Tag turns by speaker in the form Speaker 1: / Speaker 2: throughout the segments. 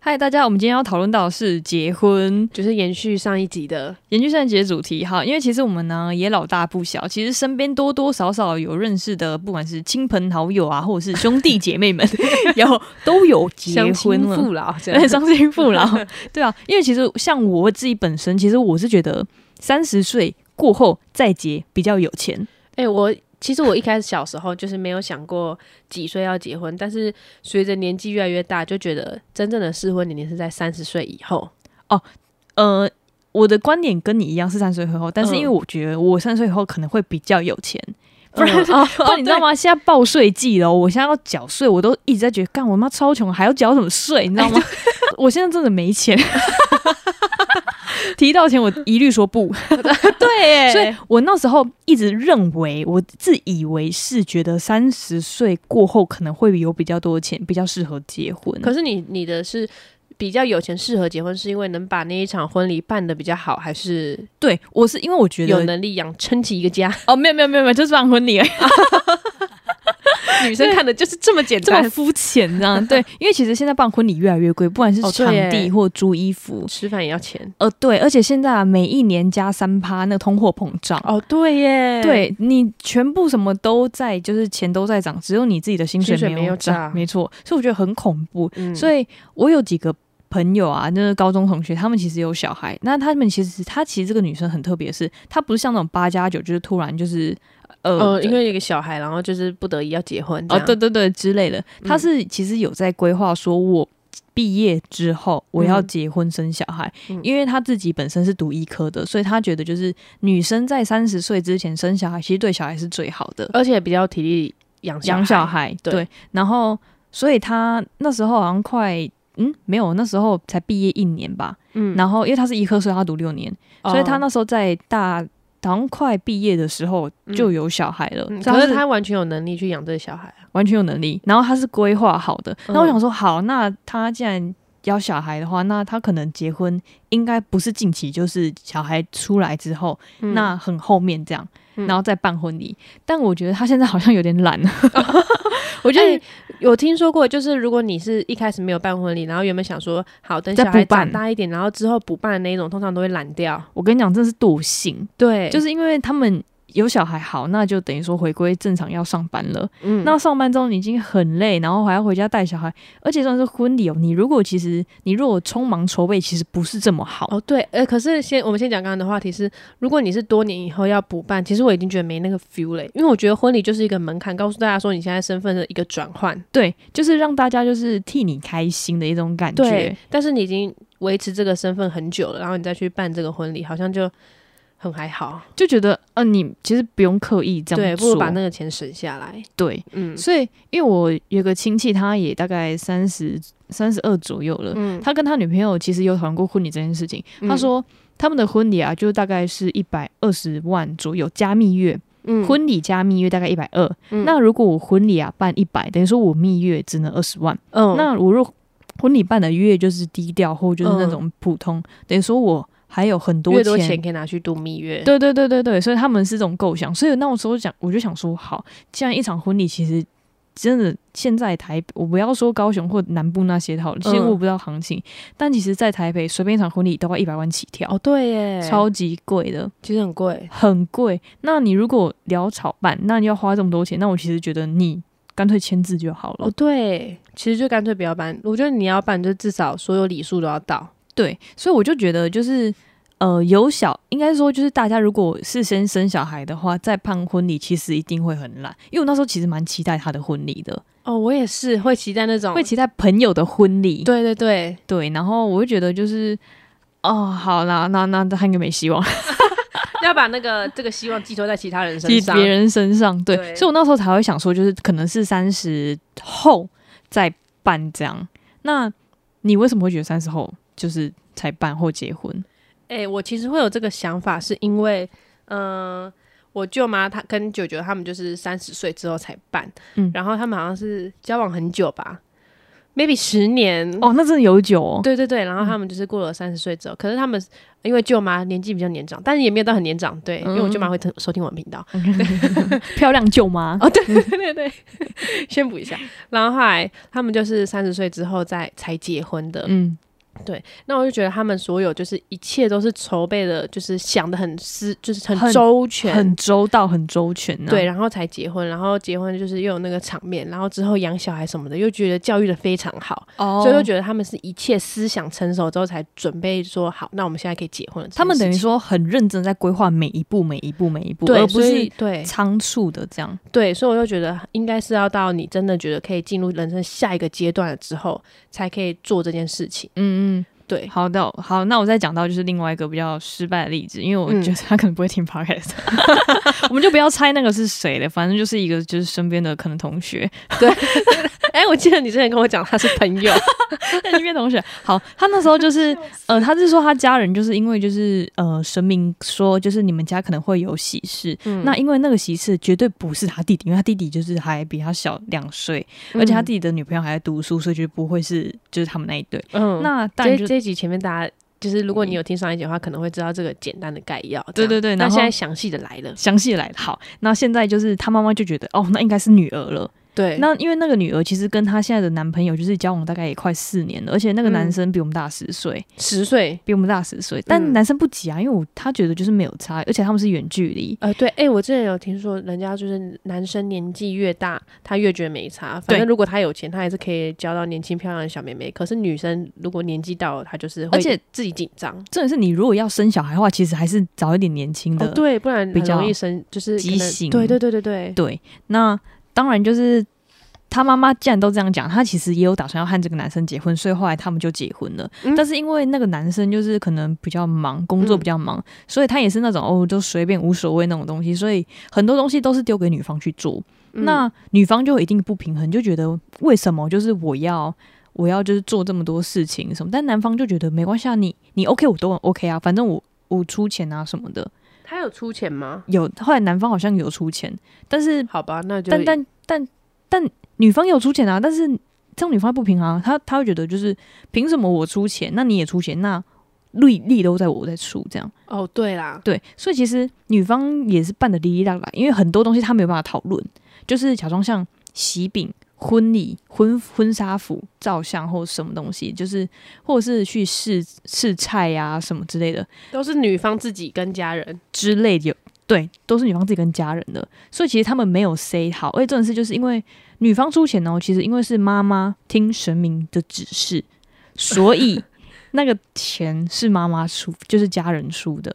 Speaker 1: 嗨，大家，我们今天要讨论到的是结婚，
Speaker 2: 就是延续上一集 的，
Speaker 1: 延续上一节主题哈。因为其实我们呢也老大不小，其实身边多多少少有认识的，不管是亲朋好友啊，或者是兄弟姐妹们，有 都有结
Speaker 2: 相
Speaker 1: 婚
Speaker 2: 亲
Speaker 1: 了，
Speaker 2: 父老这
Speaker 1: 对，
Speaker 2: 样。
Speaker 1: 伤心父老，对啊，因为其实像我自己本身，其实我是觉得三十岁过后再结比较有钱，
Speaker 2: 哎、我其实我一开始小时候就是没有想过几岁要结婚，但是随着年纪越来越大，就觉得真正的适婚年龄是在三十岁以后。
Speaker 1: 呃。我的观点跟你一样是三十岁以后，但是因为
Speaker 2: 嗯
Speaker 1: 我觉得我三十岁以后可能会比较有钱，不然、
Speaker 2: 嗯 哦
Speaker 1: 不然你知道吗？现在报税季了，我现在要缴税，我都一直在觉得，干我妈超穷，还要缴什么税？你知道吗？ 我现在真的没钱。 提到钱，我一律说不。
Speaker 2: 对
Speaker 1: 所以
Speaker 2: 所以
Speaker 1: 我那时候一直认为，我自以为是觉得三十岁过后可能会有比较多的钱，比较适合结婚。
Speaker 2: 可是你你的是比较有钱，适合结婚，是因为能把那一场婚礼办的比较好，还是
Speaker 1: 对我是因为我觉
Speaker 2: 有
Speaker 1: 得
Speaker 2: 能力养撑起一个家？
Speaker 1: 哦，没有没有没有没有，就是办婚礼而已，
Speaker 2: 女生看的就是这么 简
Speaker 1: 这么
Speaker 2: 单，
Speaker 1: 肤浅这 样。对，因为其实现在办婚礼越来越贵，不管是
Speaker 2: 哦对
Speaker 1: 场
Speaker 2: 耶
Speaker 1: 地或租衣服，
Speaker 2: 吃饭也要钱。
Speaker 1: 呃，对，而且现在啊，每一年加三趴那个通货膨胀，
Speaker 2: 哦，对耶，
Speaker 1: 对你全部什么都在，就是钱都在涨，只有你自己的薪水
Speaker 2: 薪水
Speaker 1: 没
Speaker 2: 没
Speaker 1: 有
Speaker 2: 有
Speaker 1: 涨，
Speaker 2: 涨
Speaker 1: 没错。所以我觉得很恐怖。
Speaker 2: 嗯，
Speaker 1: 所以我有几个朋友啊，就是高中同学，他们其实有小孩，那他们其实她其实这个女生很特别是，她不是像那种八加九，就是突然就是呃，
Speaker 2: 呃，因为有一个小孩，然后就是不得已要结婚这
Speaker 1: 哦，
Speaker 2: 样。
Speaker 1: 对对对之类的，她
Speaker 2: 嗯
Speaker 1: 是其实有在规划说我。毕业之后，我要
Speaker 2: 嗯
Speaker 1: 结婚生小孩，
Speaker 2: 嗯
Speaker 1: 因为她自己本身是读医科的，所以她觉得就是女生在三十岁之前生小孩，其实对小孩是最好的。
Speaker 2: 而且比较体力养
Speaker 1: 养小，孩，对
Speaker 2: 对
Speaker 1: 然后所以他那时候好像快。嗯，没有，那时候才毕业一年吧。
Speaker 2: 嗯
Speaker 1: 然后因为他是医科，所以他读六年，
Speaker 2: 哦
Speaker 1: 所以他那时候在大好像快毕业的时候
Speaker 2: 嗯
Speaker 1: 就有小孩了，
Speaker 2: 嗯
Speaker 1: 所以
Speaker 2: 可
Speaker 1: 他
Speaker 2: 是
Speaker 1: 是
Speaker 2: 他完全有能力去养这个小孩啊。
Speaker 1: 完全有能力。然后他是规划好的。
Speaker 2: 嗯
Speaker 1: 那我想说，好，那他既然要小孩的话，那他可能结婚应该不是近期，就是小孩出来之后，
Speaker 2: 嗯
Speaker 1: 那很后面这样，
Speaker 2: 嗯
Speaker 1: 然后再办婚礼。但我觉得他现在好像有点懒，啊我
Speaker 2: 哎我
Speaker 1: 觉
Speaker 2: 觉
Speaker 1: 得、
Speaker 2: 得有听说过，就是如果你是一开始没有办婚礼，然后原本想说好等
Speaker 1: 再
Speaker 2: 小孩
Speaker 1: 补办
Speaker 2: 长大一点，然后之后补办的那一种，通常都会懒掉。
Speaker 1: 我跟你讲，这是惰性，
Speaker 2: 对
Speaker 1: 就是是因为他们有小孩好，那就等于说回归正常要上班了。
Speaker 2: 嗯
Speaker 1: 那上班之后你已经很累，然后还要回家带小孩，而且算是婚礼哦。你如果其实你如果匆忙筹备，其实不是这么好。
Speaker 2: 哦对，呃，可是先我们先讲刚刚的话题是，如果你是多年以后要补办，其实我已经觉得没那个 feel 嘞，因为我觉得婚礼就是一个门槛，告诉大家说你现在身份的一个转换。
Speaker 1: 对，就是让大家就是替你开心的一种感
Speaker 2: 对
Speaker 1: 觉。，
Speaker 2: 但是你已经维持这个身份很久了，然后你再去办这个婚礼，好像就很还好。
Speaker 1: 就觉得呃，你其实不用刻意这样
Speaker 2: 对，不
Speaker 1: 做。
Speaker 2: 如把那个钱省下来。
Speaker 1: 对，
Speaker 2: 嗯
Speaker 1: 所以因为我有个亲戚，他也大概三十三十二左右了，
Speaker 2: 嗯，
Speaker 1: 他跟他女朋友其实有讨论过婚礼这件事情。
Speaker 2: 嗯
Speaker 1: 他说他们的婚礼啊，就大概是一百二十万左右加蜜月，
Speaker 2: 嗯
Speaker 1: 婚礼加蜜月大概一百二。
Speaker 2: 嗯
Speaker 1: 那如果我婚礼啊办一百，等于说我蜜月只能二十万。
Speaker 2: 嗯
Speaker 1: 那我若婚礼办的越就是低调或就是那种普通，等于说我还有很多
Speaker 2: 越
Speaker 1: 钱。
Speaker 2: 多钱可以拿去度蜜月。，
Speaker 1: 对对对对对，所以他们是这种构想。所以那我时候讲，我就想说，好，既然一场婚礼其实。真的，现在台我不要说高雄或南部那些好了，其实
Speaker 2: 嗯
Speaker 1: 我不知道行情，但其实，在台北随便一场婚礼都要一百万起跳，
Speaker 2: 哦对耶，
Speaker 1: 超级贵的，
Speaker 2: 其实很贵。
Speaker 1: 很贵。那你如果潦草办，那你要花这么多钱，那我其实觉得你干脆签字就好了。
Speaker 2: 哦对，其实就干脆不要办。我觉得你要办，就至少所有礼数都要到。
Speaker 1: 对，所以我就觉得就是。呃，有小应该说就是大家如果是先生小孩的话，再办婚礼其实一定会很懒，因为我那时候其实蛮期待他的婚礼的，
Speaker 2: 哦，我也是会期待那种
Speaker 1: 会。期待朋友的婚礼，
Speaker 2: 对对对，
Speaker 1: 对然后我就觉得就是哦，好啦，那那那他应该没希望，
Speaker 2: 要把那个这个希望寄托在其他人身
Speaker 1: 记
Speaker 2: 上。
Speaker 1: 别人身上，对，
Speaker 2: 对
Speaker 1: 所以我那时候才会想说，就是可能是三十后再办这样。那你为什么会觉得三十后就是才办或结婚？
Speaker 2: 哎、我其实会有这个想法，是因为，嗯、我舅妈她跟舅舅他们就是三十岁之后才办，
Speaker 1: 嗯
Speaker 2: 然后他们好像是交往很久吧， maybe 十年。
Speaker 1: 哦，那真的有酒哦。
Speaker 2: 对对对，然后他们就是过了三十岁之后，可是他们因为舅妈年纪比较年长，但是也没有到很年长，对，因为我舅
Speaker 1: 嗯
Speaker 2: 妈会听收听我的频 道，
Speaker 1: 漂亮舅妈，
Speaker 2: 哦，对对对对， 先补一下。然后后来他们就是三十岁之后再才结婚的，
Speaker 1: 嗯，
Speaker 2: 那我就觉得他们所有就是一切都是筹备的，就是想的很思，就是很
Speaker 1: 很
Speaker 2: 周全，
Speaker 1: 很周到，很周全啊。
Speaker 2: 对，，然后才结婚，然后结婚就是又有那个场面，然后之后养小孩什么的，又觉得教育的非常好，
Speaker 1: 哦
Speaker 2: 所以就觉得他们是一切思想成熟之后才准备说好，那我们现在可以结婚了。
Speaker 1: 他们等于
Speaker 2: 这件事情。
Speaker 1: 说很认真在规划每一步、每一步、每一步，
Speaker 2: 对，
Speaker 1: 而不
Speaker 2: 所以
Speaker 1: 是
Speaker 2: 对
Speaker 1: 仓促的这样。
Speaker 2: 对，所以我就觉得应该是要到你真的觉得可以进入人生下一个阶段了之后，才可以做这件事情。
Speaker 1: 嗯
Speaker 2: 对
Speaker 1: 嗯，，好的，好，那我再讲到就是另外一个比较失败的例子，因为我
Speaker 2: 嗯
Speaker 1: 觉得他可能不会听 podcast，、我们就不要猜那个是谁了，反正就是一个就是身边的可能同 学，
Speaker 2: 哎、我记得你之前跟我讲他是朋 友，
Speaker 1: 那边同学。好，他那时候 就是呃，他是说他家人就是因为就是呃，神明说就是你们家可能会有喜事，
Speaker 2: 嗯
Speaker 1: 那因为那个喜事绝对不是他弟弟，因为他弟弟就是还比他小两岁，
Speaker 2: 嗯
Speaker 1: 而且他弟弟的女朋友还在读书，所以就不会是就是他们那一对。
Speaker 2: 嗯
Speaker 1: 那当然就
Speaker 2: 这
Speaker 1: 嗯
Speaker 2: 这一集前面大家就是，如果你有听上一集的话，可能会知道这个简单的概要。
Speaker 1: 对
Speaker 2: 这样
Speaker 1: 对对
Speaker 2: 那
Speaker 1: 然后
Speaker 2: 现在详细的来了。
Speaker 1: 详细来了好，那现在就是他妈妈就觉得哦，那应该是女儿了。
Speaker 2: 对
Speaker 1: 那因为那个女儿其实跟她现在的男朋友就是交往大概也快四年了，而且那个男生比我们大十岁，
Speaker 2: 十岁，
Speaker 1: 比我们大十岁，但
Speaker 2: 嗯
Speaker 1: 男生不急啊，因为我他觉得就是没有差，而且他们是远距离。
Speaker 2: 呃，对，哎、我之前有听说，人家就是男生年纪越大，他越觉得没差。反
Speaker 1: 对
Speaker 2: 正如果他有钱，他还是可以交到年轻漂亮的小妹妹。可是女生如果年纪到了，她就是会
Speaker 1: 而且
Speaker 2: 自己紧张。
Speaker 1: 真的是你如果要生小孩的话，其实还是早一点年轻的。
Speaker 2: 哦，对，不然
Speaker 1: 比
Speaker 2: 很
Speaker 1: 较
Speaker 2: 容易生，就是可
Speaker 1: 畸
Speaker 2: 能
Speaker 1: 形
Speaker 2: 对对对对对，
Speaker 1: 对，那当然就是他妈妈既然都这样讲，他其实也有打算要和这个男生结婚，所以后来他们就结婚了。
Speaker 2: 嗯
Speaker 1: 但是因为那个男生就是可能比较忙，工作比较忙，所以他也是那种哦，就随便无所谓那种东西，所以很多东西都是丢给女方去做。
Speaker 2: 嗯
Speaker 1: 那女方就有一定不平衡，就觉得为什么就是我要。我要就是做这么多事情什么，但男方就觉得没关系啊，你你 OK 我都很 OK 啊，反正我我出钱啊什么的。
Speaker 2: 他有出钱吗？
Speaker 1: 有后来男方好像有出钱，但是
Speaker 2: 好吧，那就
Speaker 1: 但但但但女方有出钱啊，但是这样女方不平衡、啊，她她会觉得就是凭什么我出钱，那你也出钱，那利利都在我在出这样。
Speaker 2: 哦，对啦，
Speaker 1: 对，所以其实女方也是办的哩哩啦啦，因为很多东西她没有办法讨论，就是假装像喜饼。婚礼、婚婚纱服、照相或什么东西，就是或者是去试试菜呀、什么之类的，
Speaker 2: 都是女方自己跟家人。
Speaker 1: 之类的，对，都是女方自己跟家人的，所以其实他们没有 say 好，而且真的是就是因为女方出钱哦，其实因为是妈妈听神明的指示，所以那个钱是妈妈出，就是家人出的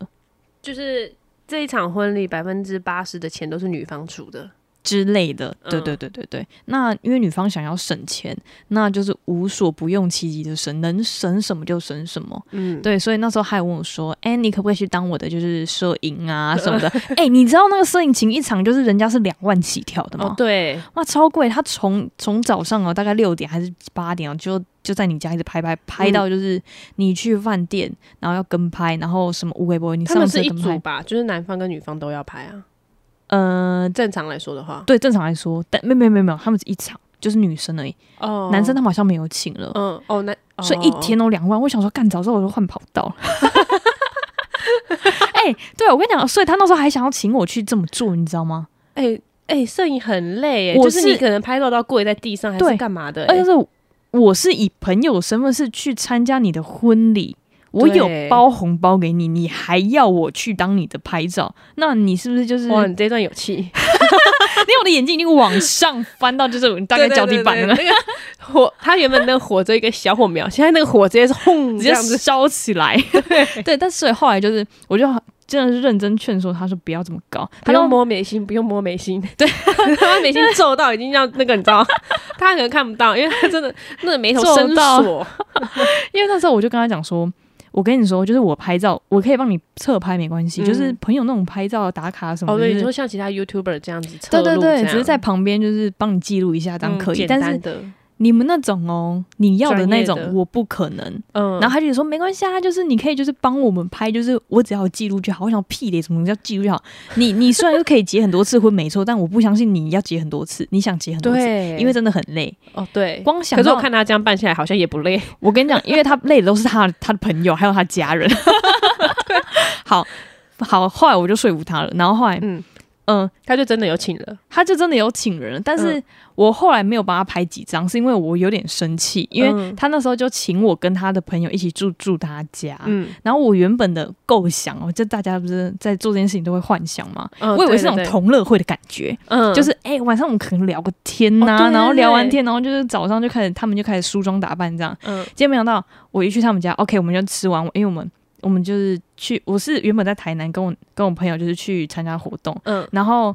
Speaker 2: 就是这一场婚礼百分之八十的钱都是女方出的，
Speaker 1: 之类的，对
Speaker 2: 嗯
Speaker 1: 对对对对。那因为女方想要省钱，那就是无所不用其极的省，能省什么就省什么。
Speaker 2: 嗯，
Speaker 1: 对，所以那时候还有问我说：“哎、你可不可以去当我的就是摄影啊什么的？”哎、你知道那个摄影琴一场就是人家是两万起跳的吗？
Speaker 2: 哦对，
Speaker 1: 哇，超贵！他从从早上哦，大概六点还是八点哦，就就在你家一直拍拍拍
Speaker 2: 嗯
Speaker 1: 到就是你去饭店，然后要跟拍，然后什么无微博，你
Speaker 2: 他
Speaker 1: 上
Speaker 2: 们
Speaker 1: 次
Speaker 2: 是一
Speaker 1: 跟
Speaker 2: 组
Speaker 1: 拍，
Speaker 2: 吧，就是男方跟女方都要拍啊。
Speaker 1: 呃，
Speaker 2: 正常来说的话，
Speaker 1: 对，正常来说，但没没没没有，他们是一场，就是女生而已，
Speaker 2: 哦
Speaker 1: 男生他们好像没有请了，
Speaker 2: 嗯哦男，哦
Speaker 1: 所以一天都两万。我想说，干，早知道我就换跑道了。 哎、对我跟你讲，所以他那时候还想要请我去这么做，你知道吗？
Speaker 2: 哎哎，摄影很累哎，
Speaker 1: 我
Speaker 2: 就是你
Speaker 1: 是
Speaker 2: 可能拍照到跪在地上还是
Speaker 1: 对
Speaker 2: 干嘛的
Speaker 1: 而且
Speaker 2: 哎，
Speaker 1: 是我是以朋友的身份是去参加你的婚礼，我有
Speaker 2: 对
Speaker 1: 包红包给你，你还要我去当你的拍照，那你是不是就是？
Speaker 2: 哇，
Speaker 1: 因
Speaker 2: 你这段有 气，
Speaker 1: 为我的眼睛已经往上翻到就是大概脚底板了，
Speaker 2: 对。对对对那个 火，他原本那个火只有一个小火苗，现在那个火直接是 轰
Speaker 1: 直
Speaker 2: 这
Speaker 1: 接
Speaker 2: 样子，
Speaker 1: 烧起来。 对，但是所以后来就是，我就真的是认真劝说他说不要这么高，
Speaker 2: 不
Speaker 1: 他
Speaker 2: 用
Speaker 1: 就
Speaker 2: 摸眉心，不用摸 眉心，对， 他眉心皱到已经要那个，你知道， 他可能看不到，因为他真的那个眉头哦
Speaker 1: 皱
Speaker 2: 深
Speaker 1: 到
Speaker 2: 锁，
Speaker 1: 因为那时候我就跟他讲说，我跟你说，就是我拍照，我可以帮你侧拍没关系，
Speaker 2: 嗯
Speaker 1: 就是朋友那种拍照打卡什么
Speaker 2: 哦，
Speaker 1: 的，
Speaker 2: 对，
Speaker 1: 就
Speaker 2: 你
Speaker 1: 是
Speaker 2: 说像其他 YouTuber 这样子侧
Speaker 1: 嗯对
Speaker 2: 录这
Speaker 1: 对
Speaker 2: 样，
Speaker 1: 对，只是在旁边就是帮你记录一下，这样
Speaker 2: 嗯
Speaker 1: 可以，
Speaker 2: 简
Speaker 1: 但
Speaker 2: 单
Speaker 1: 是
Speaker 2: 的，
Speaker 1: 你们那种哦，你要的那
Speaker 2: 专业
Speaker 1: 种
Speaker 2: 的
Speaker 1: 我不可能。
Speaker 2: 嗯，
Speaker 1: 然后他就说没关系啊，就是你可以就是帮我们拍，就是我只要有记录就好。我想屁嘞，什么叫记录就好？ 你你虽然是可以结很多次婚没错，但我不相信你要结很多次，你想结很多次，
Speaker 2: 对，
Speaker 1: 因为真的很累。
Speaker 2: 哦对，
Speaker 1: 光想
Speaker 2: 可是
Speaker 1: 到
Speaker 2: 我看他这样办下来好像也不累，
Speaker 1: 我跟你讲，因为他累的都是他的他的朋友还有他家 人。好好，后来我就说服他了，然后后来
Speaker 2: 嗯，
Speaker 1: 嗯、
Speaker 2: 他就真的有请了，
Speaker 1: 他就真的有请人了，但是
Speaker 2: 嗯
Speaker 1: 我后来没有帮他拍几张，是因为我有点生气，因为
Speaker 2: 嗯
Speaker 1: 他那时候就请我跟他的朋友一起住住他家。
Speaker 2: 嗯，
Speaker 1: 然后我原本的构想哦，就大家不是在做这件事情都会幻想嘛，
Speaker 2: 嗯
Speaker 1: 我以为是那种
Speaker 2: 对对对
Speaker 1: 同乐会的感觉，
Speaker 2: 嗯，
Speaker 1: 就是哎、晚上我们可能聊个天呐、
Speaker 2: 哦对对
Speaker 1: 然后聊完
Speaker 2: 对
Speaker 1: 天，然后就是早上就开始他们就开始梳妆打扮这样。
Speaker 2: 嗯
Speaker 1: 结果没想到我一去他们家，OK，我们就吃完，因为我们我们就是去，我是原本在台南跟我跟我朋友就是去参加活动，
Speaker 2: 嗯
Speaker 1: 然后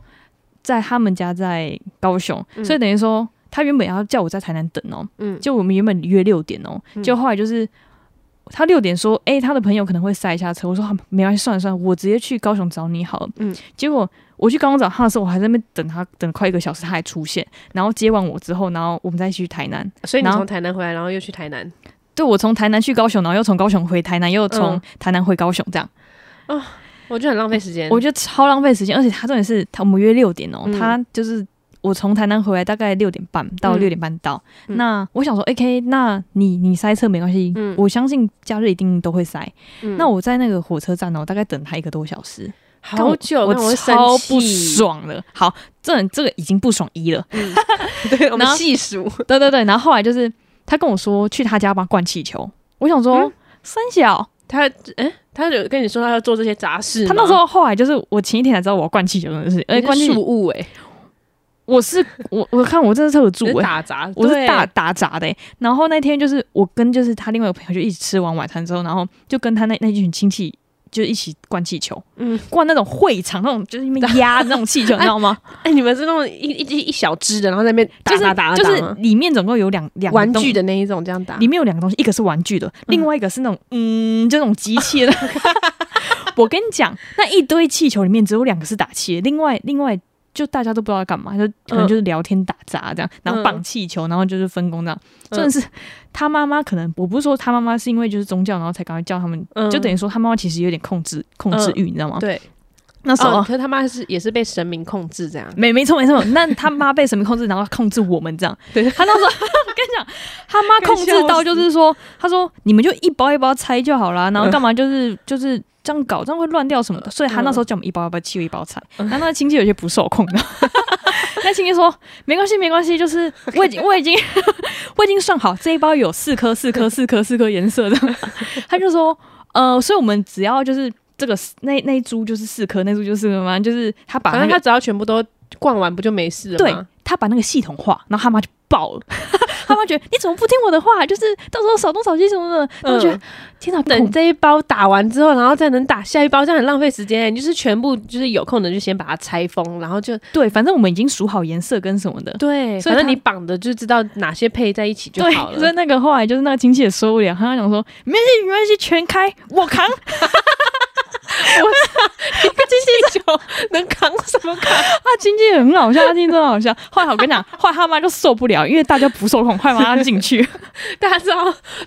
Speaker 1: 在他们家在高雄，
Speaker 2: 嗯
Speaker 1: 所以等于说他原本要叫我在台南等哦，
Speaker 2: 嗯，
Speaker 1: 就我们原本约六点哦、
Speaker 2: 嗯
Speaker 1: 就后来就是他六点说，哎、他的朋友可能会塞一下车，我说、啊、没关系，算了算了，我直接去高雄找你好了。
Speaker 2: 嗯
Speaker 1: 嗯，结果我去高雄找他的时候，我还在那边等他，等快一个小时，他还出现，然后接完我之后，然后我们再去台南。
Speaker 2: 所以你
Speaker 1: 然后
Speaker 2: 从台南回来，然后又去台南，
Speaker 1: 对，我从台南去高雄，然后又从高雄回台南，又从
Speaker 2: 嗯
Speaker 1: 台南回高雄，这样、
Speaker 2: 我就很浪费时间，
Speaker 1: 我觉得超浪费时间。而且他重点是，他我们约六点哦、
Speaker 2: 嗯
Speaker 1: 他就是我从台南回来大概六点半到
Speaker 2: 嗯
Speaker 1: 六点半到。
Speaker 2: 嗯
Speaker 1: 那我想说，A K，那你你塞车没关系，
Speaker 2: 嗯
Speaker 1: 我相信假日一定都会塞。
Speaker 2: 嗯
Speaker 1: 那我在那个火车站呢，我哦大概等他一个多小时，
Speaker 2: 好久，哦那会生
Speaker 1: 超不
Speaker 2: 气，
Speaker 1: 爽了。好，这这个已经不爽一了。
Speaker 2: 嗯对，我们
Speaker 1: 然后
Speaker 2: 细数，
Speaker 1: 对对对，然后后来就是他跟我说去他家帮他灌气球，我想说、
Speaker 2: 嗯
Speaker 1: 三小，
Speaker 2: 他哎，他有跟你说他要做这些杂事吗，
Speaker 1: 他那时候后来就是我前一天才知道我要灌气球这件事，而且
Speaker 2: 你是
Speaker 1: 灌气
Speaker 2: 庶务哎，
Speaker 1: 我是我我看我真的是有住
Speaker 2: 你是
Speaker 1: 哎、
Speaker 2: 打杂，
Speaker 1: 我是
Speaker 2: 对
Speaker 1: 打打杂的、欸，然后那天就是我跟就是他另外一个朋友就一起吃完晚餐之后，然后就跟他那那一群亲戚就一起灌气球，
Speaker 2: 嗯
Speaker 1: 嗯，灌那种会场那种就是那边压的那种气球，你知道吗？
Speaker 2: 哎，你们是那种一一一一小支的，然后在那边 打
Speaker 1: 就是
Speaker 2: 打打打
Speaker 1: 就是
Speaker 2: 吗
Speaker 1: 里面总共有两两个
Speaker 2: 玩
Speaker 1: 东
Speaker 2: 具，的那一种这样打，
Speaker 1: 里面有两个东西，一个是玩具的，另外一个是那种嗯，就那种机器 的。我跟你讲，那一堆气球里面只有两个是打气的，另外另外就大家都不知道干嘛，就
Speaker 2: 嗯
Speaker 1: 可能就是聊天打杂这样，然后绑气球，然后就是分工这样。
Speaker 2: 嗯
Speaker 1: 真的是他妈妈可能我不是说他妈妈是因为就是宗教，然后才赶快叫他们，
Speaker 2: 嗯
Speaker 1: 就等于说他妈妈其实有点控制控制欲，你知道吗？
Speaker 2: 对，
Speaker 1: 那时候
Speaker 2: 哦，可是他妈是也是被神明控制这样，
Speaker 1: 没没错没错，那他妈被神明控制，然后控制我们这样。
Speaker 2: 对
Speaker 1: 他那时候 我跟你讲，他妈控制到就是说，他说你们就一包一包拆就好啦，然
Speaker 2: 嗯
Speaker 1: 后干嘛就是就是这样搞，这样会乱掉什么的。所以他那
Speaker 2: 嗯
Speaker 1: 时候叫我们一包一包切，一包拆。然后那个亲戚有些不受控的。 那亲戚说：“没关系，没关系，就是我已经我已经 我已经算好这一包有四颗、四颗、四颗、四颗颜色的。” 他就说：“呃，所以我们只要就是这个那那一株就是四颗，那株就是四颗嘛，就是他把
Speaker 2: 反
Speaker 1: 那
Speaker 2: 正
Speaker 1: 个
Speaker 2: 他只要全部都逛完不就没事了
Speaker 1: 对
Speaker 2: 吗？
Speaker 1: 他把那个系统化，然后他妈就爆 了，他妈觉得你怎么不听我的话？就是到时候少东少西什么的，他
Speaker 2: 嗯
Speaker 1: 们觉得、天哪，
Speaker 2: 等
Speaker 1: 恐
Speaker 2: 这一包打完之后，然后再能打下一包，这样很浪费时间、你就是全部就是有空的就先把它拆封，然后就
Speaker 1: 对，反正我们已经数好颜色跟什么的。
Speaker 2: 对，
Speaker 1: 所
Speaker 2: 反
Speaker 1: 以
Speaker 2: 正
Speaker 1: 他
Speaker 2: 你绑的就知道哪些配在一起就
Speaker 1: 对
Speaker 2: 好， 了。
Speaker 1: 所以那个后来就是那个亲戚也受不了，他想说没关系，没关系，全开啊我 扛。
Speaker 2: 气球能扛什么扛？
Speaker 1: 他亲戚也很好笑，他亲戚真的 好笑。后来我跟你讲，后来他妈就受不了，因为大家不受控，快妈他进 去，
Speaker 2: 大家知道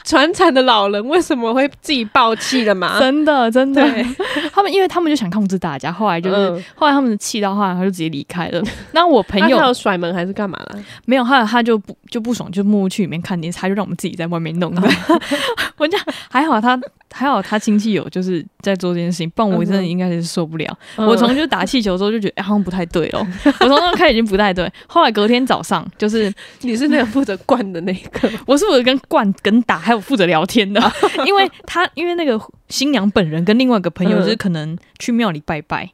Speaker 2: 传产的老人为什么会自己爆气的吗？
Speaker 1: 真的真的。
Speaker 2: 对，
Speaker 1: 他们因为他们就想控制大家，后来就是、
Speaker 2: 嗯
Speaker 1: 后来他们气到后来他就直接离开了。那我朋
Speaker 2: 他
Speaker 1: 友
Speaker 2: 是有甩门还是干嘛啦？
Speaker 1: 没有，后来他就不就不爽，就默默去里面看电视，他就让我们自己在外面弄。 我讲还好他还好他亲戚有就是在做这件事情，不然我真的应该是受不了。
Speaker 2: 嗯
Speaker 1: 我从就打气球之后就觉得、哎好像不太对哦， 我从那开始已经不太对。后来隔天早上就是
Speaker 2: 你是那个负责灌的那一个，
Speaker 1: 我是我跟灌跟打还有负责聊天的，因为他因为那个新娘本人跟另外一个朋友
Speaker 2: 嗯
Speaker 1: 就是可能去庙里拜拜，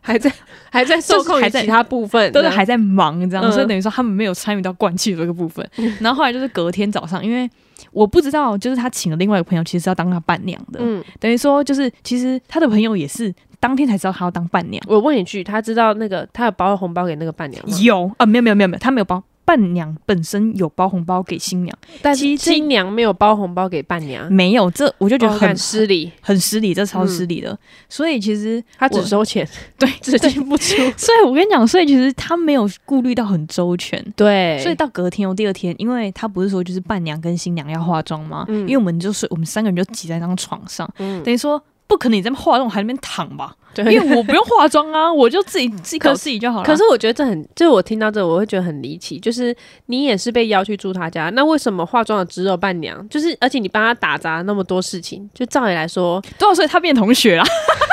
Speaker 2: 还 在还在受控于
Speaker 1: 还在
Speaker 2: 其他部分，
Speaker 1: 都是还在忙这样，
Speaker 2: 嗯
Speaker 1: 所以等于说他们没有参与到灌气这个部分。 然后后来就是隔天早上，因为我不知道，就是他请了另外一个朋友，其实是要当他伴娘的，
Speaker 2: 嗯。
Speaker 1: 等于说就是其实他的朋友也是当天才知道他要当伴娘。
Speaker 2: 我问一句，他知道那个他有包红包给那个伴娘吗？
Speaker 1: 呃有啊，没有没有没有没有，他没有包。伴娘本身有包红包给新娘，
Speaker 2: 但
Speaker 1: 其
Speaker 2: 是
Speaker 1: 实这
Speaker 2: 新娘没有包红包给伴娘，
Speaker 1: 没有这我就觉
Speaker 2: 就
Speaker 1: 得很、
Speaker 2: 很失礼，
Speaker 1: 很失礼，这超失礼的。所以其实
Speaker 2: 他只
Speaker 1: 我
Speaker 2: 收钱，
Speaker 1: 对
Speaker 2: 只
Speaker 1: 对，
Speaker 2: 进不出。
Speaker 1: 所以我跟你讲，所以其实他没有顾虑到很周全。
Speaker 2: 对，
Speaker 1: 所以到隔天哦，第二天，因为他不是说就是伴娘跟新娘要化妆吗？
Speaker 2: 嗯
Speaker 1: 因为我们就是我们三个人就挤在一张床上，
Speaker 2: 嗯
Speaker 1: 等于说不可能你在那边化妆我还在那边躺 吧，
Speaker 2: 对
Speaker 1: 因为我不用化妆啊，我就自己自己搞
Speaker 2: 可
Speaker 1: 自己就好了。啊
Speaker 2: 可是我觉得这很，就是我听到这，我会觉得很离奇。就是你也是被邀去住他家，那为什么化妆的只有伴娘？就是而且你帮他打杂那么多事情，就照理来说，
Speaker 1: 多少岁啊他变同学啦？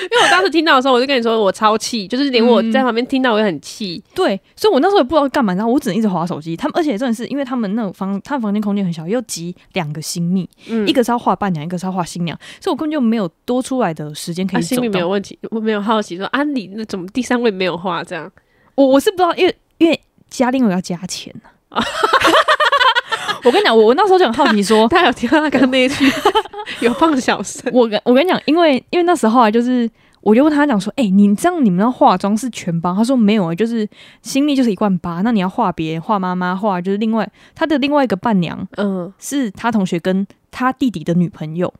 Speaker 2: 因为我当时听到的时候，我就跟你说我超气，就是连我在旁边听到我也很气。
Speaker 1: 对，所以我那时候也不知道干嘛，然后我只能一直划手机。他们而且真的是，因为他们那种房，他们房间空间很小，又集两个新密，
Speaker 2: 嗯
Speaker 1: 一个是要画伴娘，一个是要画新娘，所以我根本就没有多出来的时间可
Speaker 2: 啊，
Speaker 1: 以走
Speaker 2: 心里没
Speaker 1: 到。
Speaker 2: 有问题，我没有好奇说啊，你那怎么第三位没有画这样？
Speaker 1: 我我是不知道，因为因为加另外要加钱啊。 我跟你讲，我我那时候就很好奇 说，
Speaker 2: 他有听到他刚那 一句有放小声，
Speaker 1: 我跟我跟你讲，因为因为那时候啊，就是我就问他讲说，哎、你这样你们要化妆是全包？他说没有啊，就是新密就是一万八，那你要画别人，画妈妈，画就是另外他的另外一个伴娘
Speaker 2: 嗯，
Speaker 1: 是他同学跟他弟弟的女朋友，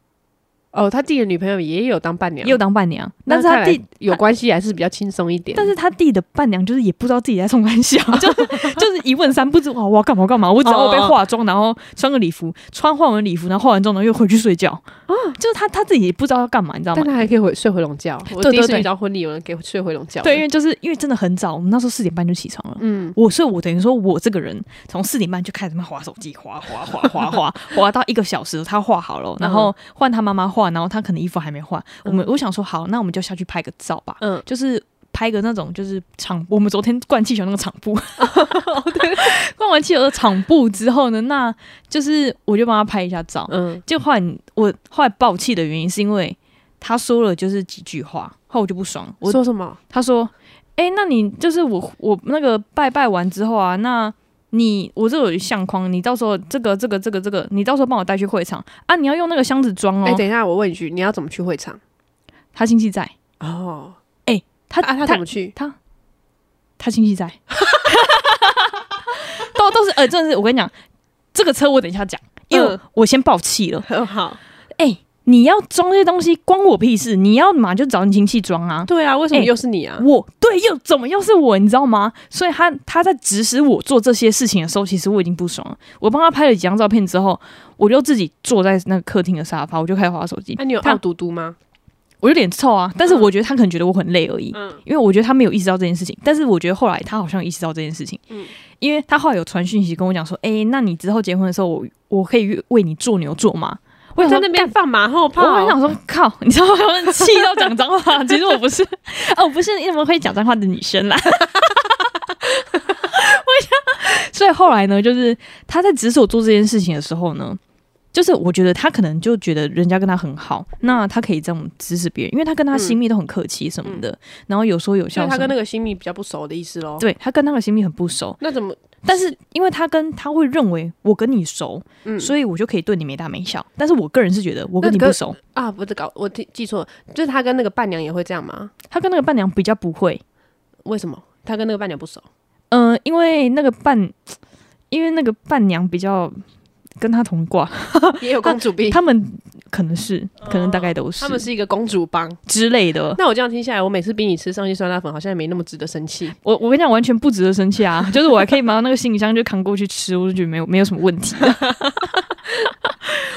Speaker 2: 哦，他弟的女朋友也有当伴娘，
Speaker 1: 也有当伴娘，
Speaker 2: 啊那
Speaker 1: 但是他
Speaker 2: 看来
Speaker 1: 弟。
Speaker 2: 有关系还是比较轻松一点，
Speaker 1: 但是他弟的伴娘就是也不知道自己在冲干笑， 就是就是一问三不知，哇，我要干嘛干嘛，我只要我被化妆，然后穿个礼服，穿换完礼服，然后化完妆，然后又回去睡觉啊，就是他他自己也不知道要干嘛，你知道吗
Speaker 2: 但？他还可以回睡回笼觉。我
Speaker 1: 对
Speaker 2: 第一次
Speaker 1: 对
Speaker 2: 遇到婚礼有人给我睡回笼觉的，
Speaker 1: 对，因为就是因为真的很早，我们那时候四点半就起床了，
Speaker 2: 嗯，
Speaker 1: 我所以，我等于说我这个人从四点半就开始在那划手机，划划划划划划到一个小时，他画好了，
Speaker 2: 嗯
Speaker 1: 然后换他妈妈画，然后他可能衣服还没换。我们我想说，好，那我们就下去拍个照吧，
Speaker 2: 嗯
Speaker 1: 就是拍个那种就是场，我们昨天灌气球那个场 布，灌完气球的场布之后呢，那就是我就帮他拍一下照。
Speaker 2: 嗯，
Speaker 1: 就后来我后来爆气的原因是因为他说了就是几句话，后来我就不爽，我
Speaker 2: 我说什么？
Speaker 1: 他说：“哎、那你就是我我那个拜拜完之后啊，那你我这有相框，你到时候这个这个这个这个，你到时候帮我带去会场啊，你要用那个箱子装哦。
Speaker 2: 哎、等一下，我问一句，你要怎么去会场？
Speaker 1: 他亲戚在，
Speaker 2: 哦，
Speaker 1: 他
Speaker 2: 啊，他怎
Speaker 1: 他
Speaker 2: 么去？
Speaker 1: 他亲戚在， 都都是呃，真的是我跟你讲，这个车我等一下讲，因为
Speaker 2: 嗯
Speaker 1: 我先爆气了。
Speaker 2: 很好，
Speaker 1: 哎、你要装这些东西关我屁事，你要嘛就找你亲戚装啊。
Speaker 2: 对啊，为什么
Speaker 1: 哎
Speaker 2: 又是你啊？
Speaker 1: 我对又怎么又是我，你知道吗？所以他他在指使我做这些事情的时候，其实我已经不爽了。我帮他拍了几张照片之后，我就自己坐在那个客厅的沙发，我就开始划手机
Speaker 2: 那、。啊你有
Speaker 1: 他
Speaker 2: 傲嘟嘟吗？
Speaker 1: 我有点臭啊，但是我觉得他可能觉得我很累而已，
Speaker 2: 嗯
Speaker 1: 因为我觉得他没有意识到这件事情。但是我觉得后来他好像意识到这件事情，
Speaker 2: 嗯
Speaker 1: 因为他后来有传讯息跟我讲说：“哎、那你之后结婚的时候，我我可以为你做牛做马。”我想
Speaker 2: 在
Speaker 1: 说
Speaker 2: 那边放马后炮，
Speaker 1: 我很想说，靠，你知道吗？ 气到讲脏话。其实我不是， 哦，我不是那么会讲脏话的女生啦。 我想，所以后来呢，就是他在指使我做这件事情的时候呢，就是我觉得他可能就觉得人家跟他很好，那他可以这样指使别人，因为他跟他新蜜都很客气什么的，然后有说有
Speaker 2: 所
Speaker 1: 笑
Speaker 2: 以
Speaker 1: 什么的。
Speaker 2: 他跟那个新密比较不熟的意思喽。
Speaker 1: 对他跟那个新蜜很不熟，
Speaker 2: 那怎么？
Speaker 1: 但是因为他跟他会认为我跟你熟，
Speaker 2: 嗯
Speaker 1: 所以我就可以对你没大没小。但是我个人是觉得我跟
Speaker 2: 那
Speaker 1: 你不
Speaker 2: 跟
Speaker 1: 熟，
Speaker 2: 啊，不是搞，我记记错了，就是他跟那个伴娘也会这样吗？
Speaker 1: 他跟那个伴娘比较不会。
Speaker 2: 为什么？他跟那个伴娘不熟？
Speaker 1: 嗯、因为那个伴，因为那个伴娘比较跟她同挂，
Speaker 2: 也有公主病，
Speaker 1: 他们可能是，可能大概都是，
Speaker 2: 啊哦他们是一个公主帮。
Speaker 1: 之类的。
Speaker 2: 那我这样听下来，我每次逼你吃上气酸辣粉，好像也没那么值得生气。
Speaker 1: 我我跟你讲，完全不值得生气啊！就是我还可以拿到那个行李箱就扛过去吃，我就觉得没有没有什么问题。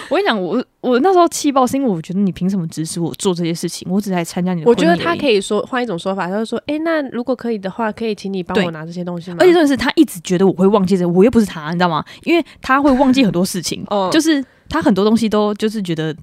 Speaker 1: 我跟你讲，我我那时候气爆是因为我觉得你凭什么指使我做这些事情？我只是来参加你的
Speaker 2: 我
Speaker 1: 婚礼
Speaker 2: 觉
Speaker 1: 而已，
Speaker 2: 得他可以说换一种说法，他就说：“哎、那如果可以的话，可以请你帮
Speaker 1: 对
Speaker 2: 我拿这些东西吗？”嗯
Speaker 1: 而且真的是他一直觉得我会忘记这个，我又不是他，你知道吗？因为他会忘记很多事情，
Speaker 2: 哦
Speaker 1: 就是他很多东西都就是觉得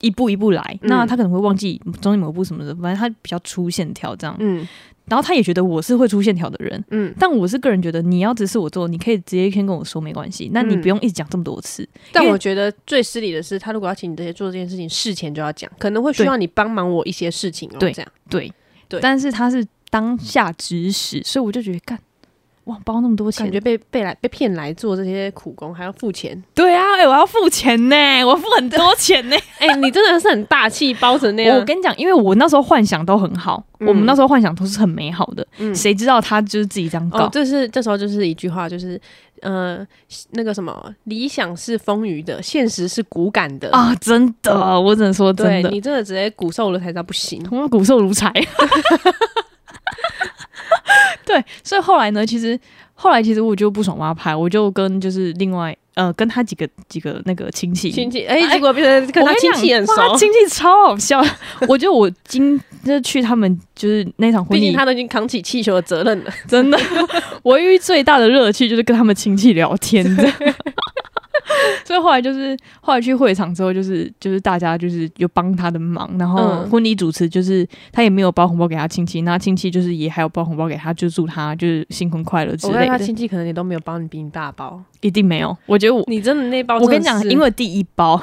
Speaker 1: 一步一步来，
Speaker 2: 嗯
Speaker 1: 那他可能会忘记中间某步什么的，反正他比较粗线条这样。
Speaker 2: 嗯
Speaker 1: 然后他也觉得我是会粗线条的人，
Speaker 2: 嗯，
Speaker 1: 但我是个人觉得你要指示我做，你可以直接先跟我说没关系，那你
Speaker 2: 嗯
Speaker 1: 不用一直讲这么多次。
Speaker 2: 但
Speaker 1: 因为
Speaker 2: 我觉得最失礼的是，他如果要请你这些做这件事情，事前就要讲，可能会需
Speaker 1: 对
Speaker 2: 要你帮忙我一些事情哦。
Speaker 1: 对
Speaker 2: 这样
Speaker 1: 对
Speaker 2: 对
Speaker 1: 但是他是当下指使，所以我就觉得干哇，包那么多
Speaker 2: 感
Speaker 1: 钱
Speaker 2: 觉，被被来被骗来做这些苦工，还要付钱。
Speaker 1: 对啊，哎、我要付钱 呢，我付很多钱 呢。
Speaker 2: 哎、你真的是很大气，包成那样。
Speaker 1: 啊我跟你讲，因为我那时候幻想都很好，
Speaker 2: 嗯
Speaker 1: 我们那时候幻想都是很美好的，谁知道他就是自己这样搞，
Speaker 2: 哦，这是这时候就是一句话，就是呃，那个什么，理想是丰腴的，现实是骨感的。
Speaker 1: 啊，真的，我只能说真
Speaker 2: 对
Speaker 1: 的，
Speaker 2: 你真的直接骨瘦了才知道不行。
Speaker 1: 我们骨瘦如 柴。对，所以后来呢，其实后来其实我就不爽妈拍，我就跟就是另外呃跟他几个几个那个亲戚
Speaker 2: 亲戚哎、结果变成跟
Speaker 1: 我跟
Speaker 2: 他
Speaker 1: 你
Speaker 2: 亲
Speaker 1: 讲
Speaker 2: 戚很熟
Speaker 1: 哇，他亲戚超好笑。 我觉得我今就是去他们就是那场婚
Speaker 2: 毕
Speaker 1: 礼
Speaker 2: 竟，他都已经扛起气球的责任了。
Speaker 1: 真的， 我遇最大的乐趣就是跟他们亲戚聊天的。 所以后来就是后来去会场之后，就是就是大家就是有帮他的忙，然后
Speaker 2: 嗯
Speaker 1: 婚礼主持就是他也没有包红包给他亲戚，那亲戚就是也还有包红包给他，就祝他就是新婚快乐之
Speaker 2: 我看
Speaker 1: 类
Speaker 2: 他
Speaker 1: 的，
Speaker 2: 亲戚可能也都没有帮你比你大包，
Speaker 1: 一定没有。我觉得我
Speaker 2: 你真的那包
Speaker 1: 我跟你
Speaker 2: 哦真的
Speaker 1: 讲，
Speaker 2: 是
Speaker 1: 因为第一 包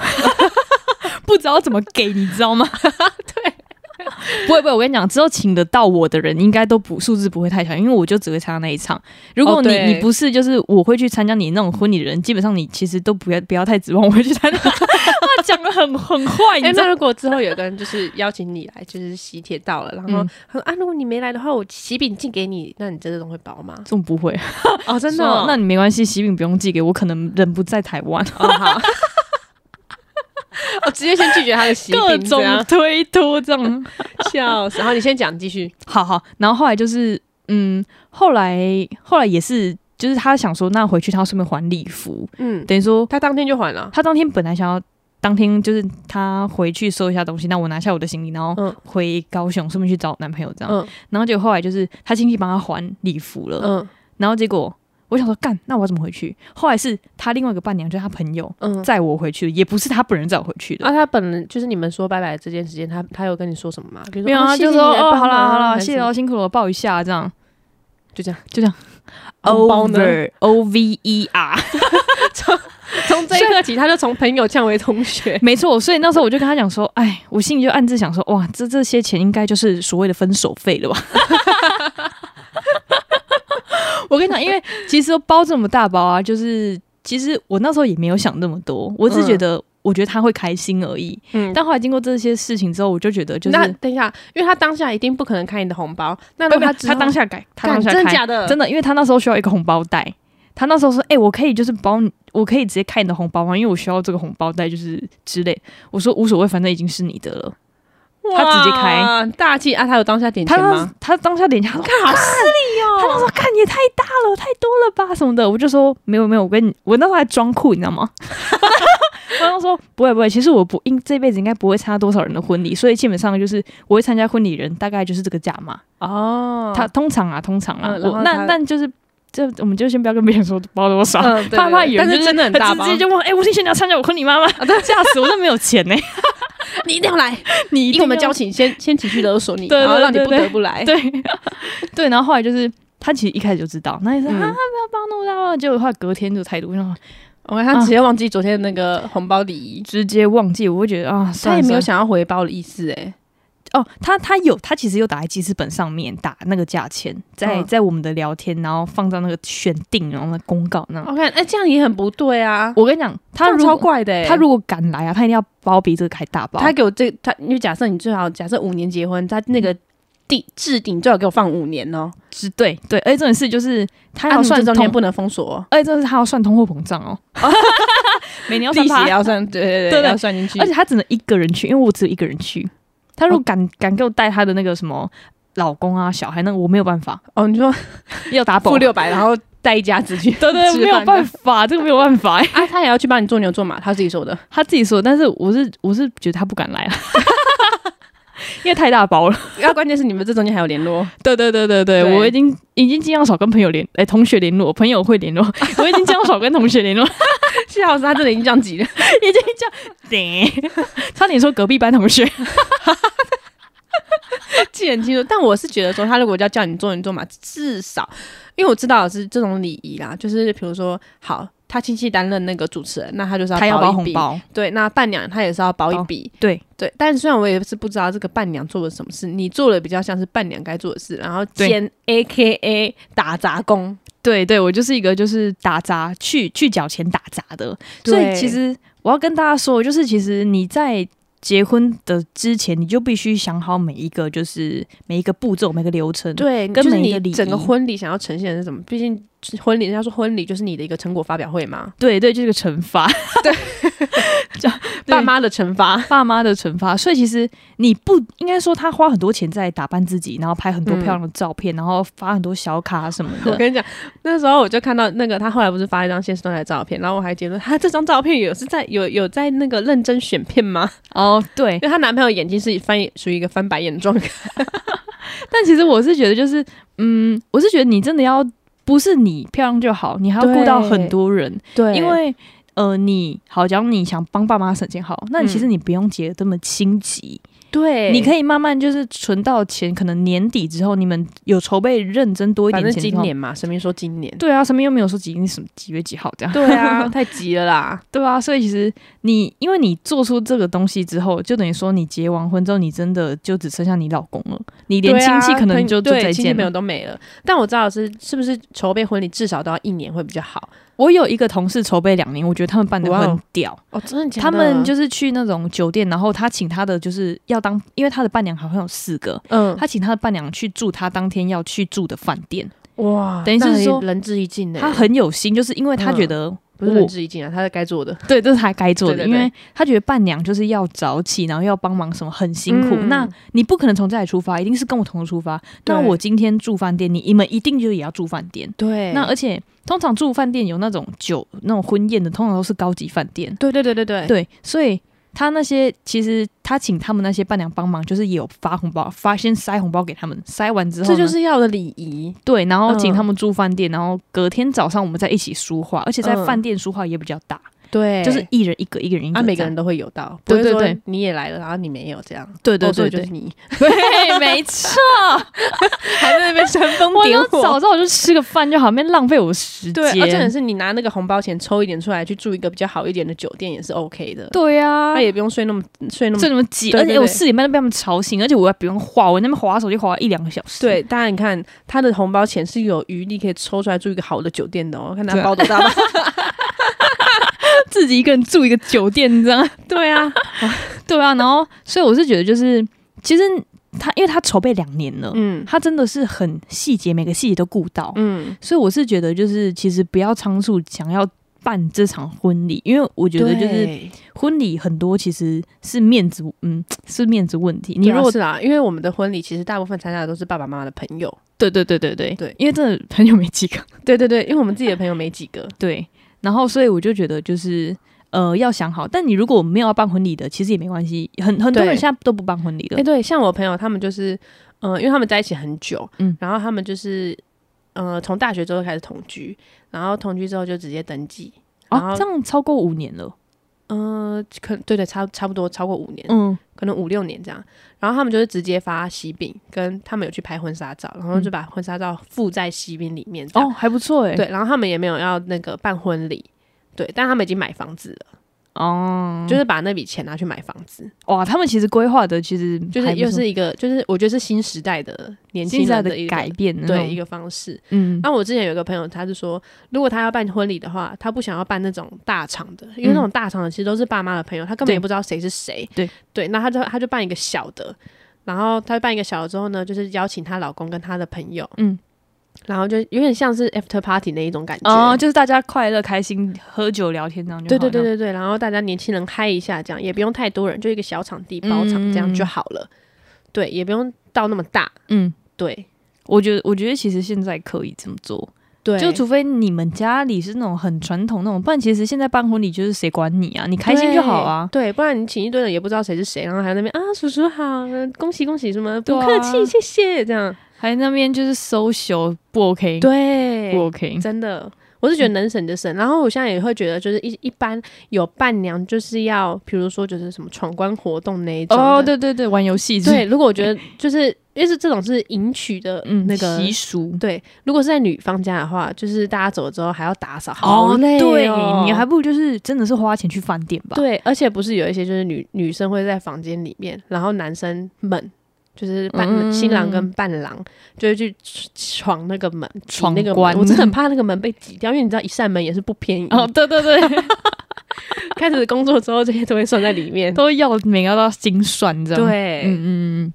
Speaker 1: 不知道怎么给，你知道吗？对，不会不会，我跟你讲，之后请得到我的人，应该都不数字不会太小，因为我就只会参加那一场。如果
Speaker 2: 哦
Speaker 1: 你、
Speaker 2: 对
Speaker 1: 你不是就是我会去参加你那种婚礼的人，基本上你其实都不要不要太指望我会去参 加。他讲的很很坏，你
Speaker 2: 哎、
Speaker 1: 知道吗？
Speaker 2: 那如果之后有个人就是邀请你来，就是喜帖到了，然后
Speaker 1: 嗯
Speaker 2: 他说、啊，如果你没来的话，我喜饼寄给你，那你这种会包吗？
Speaker 1: 这种不会，
Speaker 2: 哦，真的、
Speaker 1: 说那你没关系，喜饼不用寄给我，可能人不在台 湾，
Speaker 2: 哦好，我哦直接先拒绝他的喜
Speaker 1: 各
Speaker 2: 饼，这
Speaker 1: 种
Speaker 2: 样
Speaker 1: 推脱这样。
Speaker 2: 笑死。然后你先讲，你继续。
Speaker 1: 好好，然后后来就是，嗯，后来后来也是，就是他想说，那回去他要顺便还礼服，
Speaker 2: 嗯，
Speaker 1: 等于说
Speaker 2: 他当天就还了。
Speaker 1: 他当天本来想要。当天就是他回去收一下东西，那我拿下我的行李，然后
Speaker 2: 嗯
Speaker 1: 回高雄，顺便去找男朋友这样。
Speaker 2: 嗯
Speaker 1: 然后结果后来就是他亲戚帮他还礼服了，
Speaker 2: 嗯
Speaker 1: 然后结果我想说干，那我要怎么回去？后来是他另外一个伴娘，就是他朋友
Speaker 2: 嗯。
Speaker 1: 载我回去，也不是他本人载我回去的。
Speaker 2: 啊，他本人就是你们说拜拜这件事情，他他有跟你说什么吗？比如说
Speaker 1: 没有，
Speaker 2: 啊
Speaker 1: 他
Speaker 2: 谢谢
Speaker 1: 就
Speaker 2: 你
Speaker 1: 说
Speaker 2: 来
Speaker 1: 哦，
Speaker 2: 帮
Speaker 1: 好啦
Speaker 2: 忙
Speaker 1: 好啦，
Speaker 2: 还是
Speaker 1: 谢了，辛苦了，抱一下这样。
Speaker 2: 就这样
Speaker 1: 就这样。
Speaker 2: 红包呢
Speaker 1: O V E R，
Speaker 2: 从这一刻起，他就从朋友降为同学。
Speaker 1: 没错。所以那时候我就跟他讲说，哎，我心里就暗自想说，哇，这这些钱应该就是所谓的分手费了吧。 我跟你讲， 因为其实包这么大包啊，就是其实我那时候也没有想那么多，我只是觉得、我觉得他会开心而已。
Speaker 2: 嗯，
Speaker 1: 但后来经过这些事情之后，我就觉得就是
Speaker 2: 那等一下，因为他当下一定不可能看你的红包，那如
Speaker 1: 不
Speaker 2: 果
Speaker 1: 不
Speaker 2: 他
Speaker 1: 他当
Speaker 2: 下
Speaker 1: 下改，他
Speaker 2: 干
Speaker 1: 当下
Speaker 2: 真的
Speaker 1: 开
Speaker 2: 假 的？
Speaker 1: 真的，因为他那时候需要一个红包袋，他那时候说：“哎、我可以就是包你，我可以直接开你的红包吗？因为我需要这个红包袋，就是之类。”我说：“无所谓，反正已经是你的了。他直接开
Speaker 2: 哇大气啊！他有当下点
Speaker 1: 他
Speaker 2: 钱
Speaker 1: 当
Speaker 2: 吗？
Speaker 1: 他当下脸， 他说：“
Speaker 2: 看好势利哦
Speaker 1: 他就说：‘看你也太大了，太多了吧什么的。’我就说：‘没有没有，我跟你，我那时候还装酷，你知道吗？” 我就说：“不会不会，其实我不应这辈子应该不会参加多少人的婚礼，所以基本上就是我会参加婚礼人大概就是这个价码。
Speaker 2: 哦
Speaker 1: 他通常啊，通常啊，
Speaker 2: 嗯然
Speaker 1: 我
Speaker 2: 后
Speaker 1: 那
Speaker 2: 他
Speaker 1: 但就是这，我们就先不要跟别人说包多少。
Speaker 2: 嗯，对
Speaker 1: 啊怕怕有人
Speaker 2: 但
Speaker 1: 就是
Speaker 2: 真的很大包
Speaker 1: 直，接就问，哎、吴庆轩你要参加我婚礼吗吗？
Speaker 2: 啊对
Speaker 1: 吓死我，都没有钱呢、
Speaker 2: 你一定要来，
Speaker 1: 你一
Speaker 2: 因
Speaker 1: 定
Speaker 2: 为我们
Speaker 1: 要
Speaker 2: 交情先先情绪勒索你，
Speaker 1: 对对
Speaker 2: 然后让你
Speaker 1: 对
Speaker 2: 不
Speaker 1: 对
Speaker 2: 得不来。
Speaker 1: 对对，然后后来就是他其实一开始就知道，那也是、
Speaker 2: 嗯
Speaker 1: 啊，不要帮那么大包，结果后来隔天就态度，然后
Speaker 2: 我
Speaker 1: 啊
Speaker 2: 看他直接忘记昨天那个红包礼仪，
Speaker 1: 直接忘记，我会觉得啊，
Speaker 2: 他
Speaker 1: 算
Speaker 2: 也
Speaker 1: 了
Speaker 2: 没有
Speaker 1: 算
Speaker 2: 想要回包的意思哎。
Speaker 1: 了哦，他他有他其实有打在记事本上面打那个价钱，在、
Speaker 2: 嗯
Speaker 1: 在我们的聊天，然后放到那个选定，然后那公告那样。
Speaker 2: 我看哎，这样也很不对啊，
Speaker 1: 我跟你讲，他
Speaker 2: 这样
Speaker 1: 如
Speaker 2: 超
Speaker 1: 果
Speaker 2: 怪的哎。
Speaker 1: 他如果敢来啊，他一定要包比这个还大包。
Speaker 2: 他给我这他，因为假设你最好假设五年结婚，他那个定置顶最好给我放五年哦，
Speaker 1: 是对对，而且重点是就是他
Speaker 2: 啊
Speaker 1: 要
Speaker 2: 你们
Speaker 1: 算
Speaker 2: 这中
Speaker 1: 通
Speaker 2: 间不能封锁哦，
Speaker 1: 而且这是他要算通货膨胀哦，每年要三
Speaker 2: 利息也
Speaker 1: 趴，
Speaker 2: 要算，对对
Speaker 1: 对对
Speaker 2: 要算进去
Speaker 1: 而。且他只能一个人去，因为我只有一个人去。他如果敢、敢给我带他的那个什么老公啊、小孩，那我没有办法，
Speaker 2: 哦，你说
Speaker 1: 要打保
Speaker 2: 付。六百，然后带一家子去吃
Speaker 1: 对
Speaker 2: 饭，
Speaker 1: 对，没有办法，这个没有办法、哎
Speaker 2: 啊，他也要去帮你做牛做马，他自己说的。
Speaker 1: 他自己说，但是我是我是觉得他不敢 来了，啊因为太大包了。
Speaker 2: 然后关键是你们这中间还有联络，
Speaker 1: 对对对对对，
Speaker 2: 对
Speaker 1: 我已经已经尽量少跟朋友联，哎、同学联络，朋友会 联络，我已经尽量少跟同学联络，
Speaker 2: 笑死，他真的已经降级了。
Speaker 1: 已经这样， 差点说隔壁班同学。
Speaker 2: 记得很清楚，但我是觉得说，他如果要叫你做，你做嘛，至少因为我知道的是这种礼仪啦，就是比如说，好，他亲戚担任那个主持人，那他就是
Speaker 1: 他要
Speaker 2: 包
Speaker 1: 包
Speaker 2: 一
Speaker 1: 红
Speaker 2: 笔，
Speaker 1: 包，
Speaker 2: 对，那伴娘她也是要包一
Speaker 1: 包
Speaker 2: 笔，
Speaker 1: 对
Speaker 2: 对。但虽然我也是不知道这个伴娘做了什么事，你做了比较像是伴娘该做的事，然后
Speaker 1: 对
Speaker 2: 兼 A K A 打杂工，
Speaker 1: 对对，我就是一个就是打杂去去缴钱打杂的，所以
Speaker 2: 对
Speaker 1: 其实我要跟大家说，就是其实你在结婚的之前，你就必须想好每一个就是每一个步骤、每个流程。
Speaker 2: 对，
Speaker 1: 跟
Speaker 2: 就是
Speaker 1: 每一个
Speaker 2: 你
Speaker 1: 礼
Speaker 2: 整个
Speaker 1: 仪
Speaker 2: 婚礼想要呈现的是什么？毕竟婚礼，人家说婚礼就是你的一个成果发表会嘛，
Speaker 1: 对对，就是个惩罚， 对
Speaker 2: 爸妈的惩罚。
Speaker 1: 爸妈的惩罚。所以其实你不应该说他花很多钱在打扮自己，然后拍很
Speaker 2: 嗯
Speaker 1: 多漂亮的照片，然后发很多小卡什么
Speaker 2: 我
Speaker 1: 的。
Speaker 2: 跟你讲，那时候我就看到那个他后来不是发一张现实动态的照片，然后我还结论他这张照片有是在有有在那个认真选片吗？
Speaker 1: 哦，对
Speaker 2: 因，为她男朋友眼睛是翻属于一个翻白眼的状态。
Speaker 1: 但其实我是觉得，就是嗯，我是觉得你真的要不是你漂亮就好，你还要顾到很多人，
Speaker 2: 对
Speaker 1: 因为呃，你好，假如你想帮爸妈省钱好，那你其实你不用结得这么心急，
Speaker 2: 对
Speaker 1: 你可以慢慢就是存到钱，可能年底之后你们有筹备认真多一
Speaker 2: 反
Speaker 1: 点
Speaker 2: 正
Speaker 1: 钱之
Speaker 2: 今
Speaker 1: 后。
Speaker 2: 年嘛，神明说今年。
Speaker 1: 对啊，上面又没有说几什么几月几号这样，
Speaker 2: 对啊， 太急了啦。
Speaker 1: 对啊，所以其实你因为你做出这个东西之后，就等于说你结完婚之后，你真的就只剩下你老公了，你连
Speaker 2: 对
Speaker 1: 亲
Speaker 2: 啊
Speaker 1: 戚可能
Speaker 2: 朋
Speaker 1: 就、就
Speaker 2: 对
Speaker 1: 再
Speaker 2: 亲戚
Speaker 1: 见
Speaker 2: 朋
Speaker 1: 了
Speaker 2: 友。都没了。但我知道的是是不是筹备婚礼至少都要一年会比较好
Speaker 1: 我有一个同事筹备两年，我觉得他们办的
Speaker 2: 哇
Speaker 1: 很
Speaker 2: 哦
Speaker 1: 屌。
Speaker 2: 哦？真的假
Speaker 1: 他们就是是去那种酒店，然后他请他的就是要当，因为他的伴娘好像有四个，
Speaker 2: 嗯
Speaker 1: 他请他的伴娘去住他当天要去住的饭店。
Speaker 2: 哇，
Speaker 1: 等于
Speaker 2: 那
Speaker 1: 是
Speaker 2: 很
Speaker 1: 说
Speaker 2: 仁至义尽呢。欸
Speaker 1: 他很有心，就是因为他觉得、
Speaker 2: 不是
Speaker 1: 我
Speaker 2: 仁至义尽啊，他是该做的。
Speaker 1: 对，这是他该做的，
Speaker 2: 对对对
Speaker 1: 因为他觉得伴娘就是要早起，然后要帮忙什么，很辛苦。
Speaker 2: 嗯
Speaker 1: 那你不可能从这里出发，一定是跟我同时出发。
Speaker 2: 对
Speaker 1: 那我今天住饭店，你你们一定就也要住饭店。
Speaker 2: 对
Speaker 1: 那而且通常住饭店有那种酒那种婚宴的，通常都是高级饭店。
Speaker 2: 对对对对对
Speaker 1: 对，所以他那些其实他请他们那些伴娘帮忙，就是也有发红包，发先塞红包给他们，塞完之后
Speaker 2: 这
Speaker 1: 呢，
Speaker 2: 就是要的礼仪。
Speaker 1: 对，然后请
Speaker 2: 嗯
Speaker 1: 他们住饭店，然后隔天早上我们再一起梳化，而且在
Speaker 2: 嗯
Speaker 1: 饭店梳化也比较大，
Speaker 2: 对
Speaker 1: 就是一人一个，一个人一个这
Speaker 2: 嗯啊，
Speaker 1: 样，
Speaker 2: 每个人都会有到，
Speaker 1: 对
Speaker 2: 不会
Speaker 1: 对
Speaker 2: 说
Speaker 1: 对
Speaker 2: 你也来了，然后你没有这样。
Speaker 1: 对对
Speaker 2: 哦所
Speaker 1: 对
Speaker 2: 以就
Speaker 1: 对
Speaker 2: 是你
Speaker 1: 对，哎没错，
Speaker 2: 还在那边煽风
Speaker 1: 我
Speaker 2: 点
Speaker 1: 就
Speaker 2: 火。
Speaker 1: 早知道我就吃个饭就好，免浪费我时
Speaker 2: 对，而且
Speaker 1: 间。
Speaker 2: 是你拿那个红包钱抽一点出来去住一个比较好一点的酒店也是 OK 的，
Speaker 1: 对啊
Speaker 2: 他，也不用睡那么睡那么
Speaker 1: 这。怎么挤？
Speaker 2: 哎对
Speaker 1: 而
Speaker 2: 对
Speaker 1: 且我
Speaker 2: 对
Speaker 1: 四点半就被他们吵醒，而且我还不用划，我那边划手机划了一两个小时。
Speaker 2: 对，当然你看他的红包钱是有余力可以抽出来住一个好的酒店的哦，看他
Speaker 1: 对啊
Speaker 2: 包多大吧。
Speaker 1: 自己一个人住一个酒店，你知道 吗？对啊，对啊，然后所以我是觉得就是，其实他因为他筹备两年了，
Speaker 2: 嗯
Speaker 1: 他真的是很细节，每个细节都顾到，
Speaker 2: 嗯，
Speaker 1: 所以我是觉得就是其实不要仓促想要。办这场婚礼，因为我觉得就是
Speaker 2: 对
Speaker 1: 婚礼很多其实是面子，嗯，是面子问题。你
Speaker 2: 对啊
Speaker 1: 如果
Speaker 2: 是啦，因为我们的婚礼其实大部分参加的都是爸爸妈妈的朋友，
Speaker 1: 对对对对对
Speaker 2: 对
Speaker 1: 因为真的朋友没几个，
Speaker 2: 对对对，因为我们自己的朋友没几个，
Speaker 1: 对。然后所以我就觉得就是呃要想好，但你如果没有要办婚礼的，其实也没关系。很很多
Speaker 2: 对
Speaker 1: 人现在都不办婚礼
Speaker 2: 哎、
Speaker 1: 了，哦
Speaker 2: 对，像我朋友他们就是，嗯、因为他们在一起很久，
Speaker 1: 嗯
Speaker 2: 然后他们就是，呃，从大学之后开始同居，然后同居之后就直接登记，然
Speaker 1: 哦，
Speaker 2: 后
Speaker 1: 这，样超过五年了。
Speaker 2: 嗯、可对对，差差不多超过五年，
Speaker 1: 嗯，
Speaker 2: 可能五六年这样，然后他们就是直接发喜饼，跟他们有去拍婚纱照，然后就把婚纱照附在喜饼里面，
Speaker 1: 嗯哦，
Speaker 2: 哦，
Speaker 1: 还不错哎。
Speaker 2: 对，然后他们也没有要那个办婚礼。对，但他们已经买房子了，
Speaker 1: 哦，
Speaker 2: 就是把那笔钱拿去买房子，
Speaker 1: 哇，他们其实规划的其实
Speaker 2: 就是
Speaker 1: 还不错
Speaker 2: 又是一个，就是我觉得是新时代的年轻
Speaker 1: 现在
Speaker 2: 人的
Speaker 1: 的
Speaker 2: 一个
Speaker 1: 改变的那
Speaker 2: 对
Speaker 1: 种
Speaker 2: 一个方式。
Speaker 1: 嗯
Speaker 2: 那、我之前有一个朋友，他是说，如果他要办婚礼的话，他不想要办那种大场的，因为那种大场的其实都是爸妈的朋友，他根本
Speaker 1: 对
Speaker 2: 也不知道谁是谁。
Speaker 1: 对
Speaker 2: 对，那他就他就办一个小的，然后他办一个小的之后呢，就是邀请她老公跟她的朋友，
Speaker 1: 嗯，
Speaker 2: 然后就有点像是 after party 那一种感觉。
Speaker 1: 哦，就是大家快乐开心喝酒聊天这样就
Speaker 2: 对
Speaker 1: 好
Speaker 2: 对对
Speaker 1: 了
Speaker 2: 对对，然后大家年轻人嗨一下，这样也不用太多人，就一个小场地包场这样就好了。对，也不用到那么大。
Speaker 1: 嗯，
Speaker 2: 对
Speaker 1: 我觉得我觉得其实现在可以这么做，
Speaker 2: 对，
Speaker 1: 就除非你们家里是那种很传统那种，不然其实现在办婚礼就是谁管你啊，你开心就好啊。
Speaker 2: 对，对不然你请一堆人也不知道谁是谁，然后还在那边啊，叔叔好，呃恭喜恭喜，什么
Speaker 1: 对
Speaker 2: 不
Speaker 1: 啊
Speaker 2: 客气，谢谢，这样
Speaker 1: 还那边就是 social 不 OK，
Speaker 2: 对
Speaker 1: 不 OK，
Speaker 2: 真的。我是觉得
Speaker 1: 嗯
Speaker 2: 能省就省，然后我现在也会觉得，就是一一般有伴娘就是要，比如说就是什么闯关活动那一种的
Speaker 1: 哦，对对对，玩游戏是
Speaker 2: 对。如果我觉得就是因为是这种是迎娶的
Speaker 1: 嗯
Speaker 2: 那个
Speaker 1: 习俗。
Speaker 2: 对，如果是在女方家的话，就是大家走了之后还要打扫，好
Speaker 1: 哦，
Speaker 2: 累
Speaker 1: 对
Speaker 2: 哦
Speaker 1: 你还不如就是真的是花钱去饭店吧。
Speaker 2: 对，而且不是有一些就是女女生会在房间里面，然后男生们就是伴、
Speaker 1: 嗯
Speaker 2: 新郎跟伴郎就会去闯那个门，挤
Speaker 1: 闯
Speaker 2: 那个门
Speaker 1: 关
Speaker 2: 我真的很怕那个门被挤掉，因为你知道一扇门也是不便宜。
Speaker 1: 哦，对对 对，
Speaker 2: 开始工作之后，这些都会算在里面。
Speaker 1: 都要每要到精算，你知道吗？
Speaker 2: 对，
Speaker 1: 嗯嗯嗯，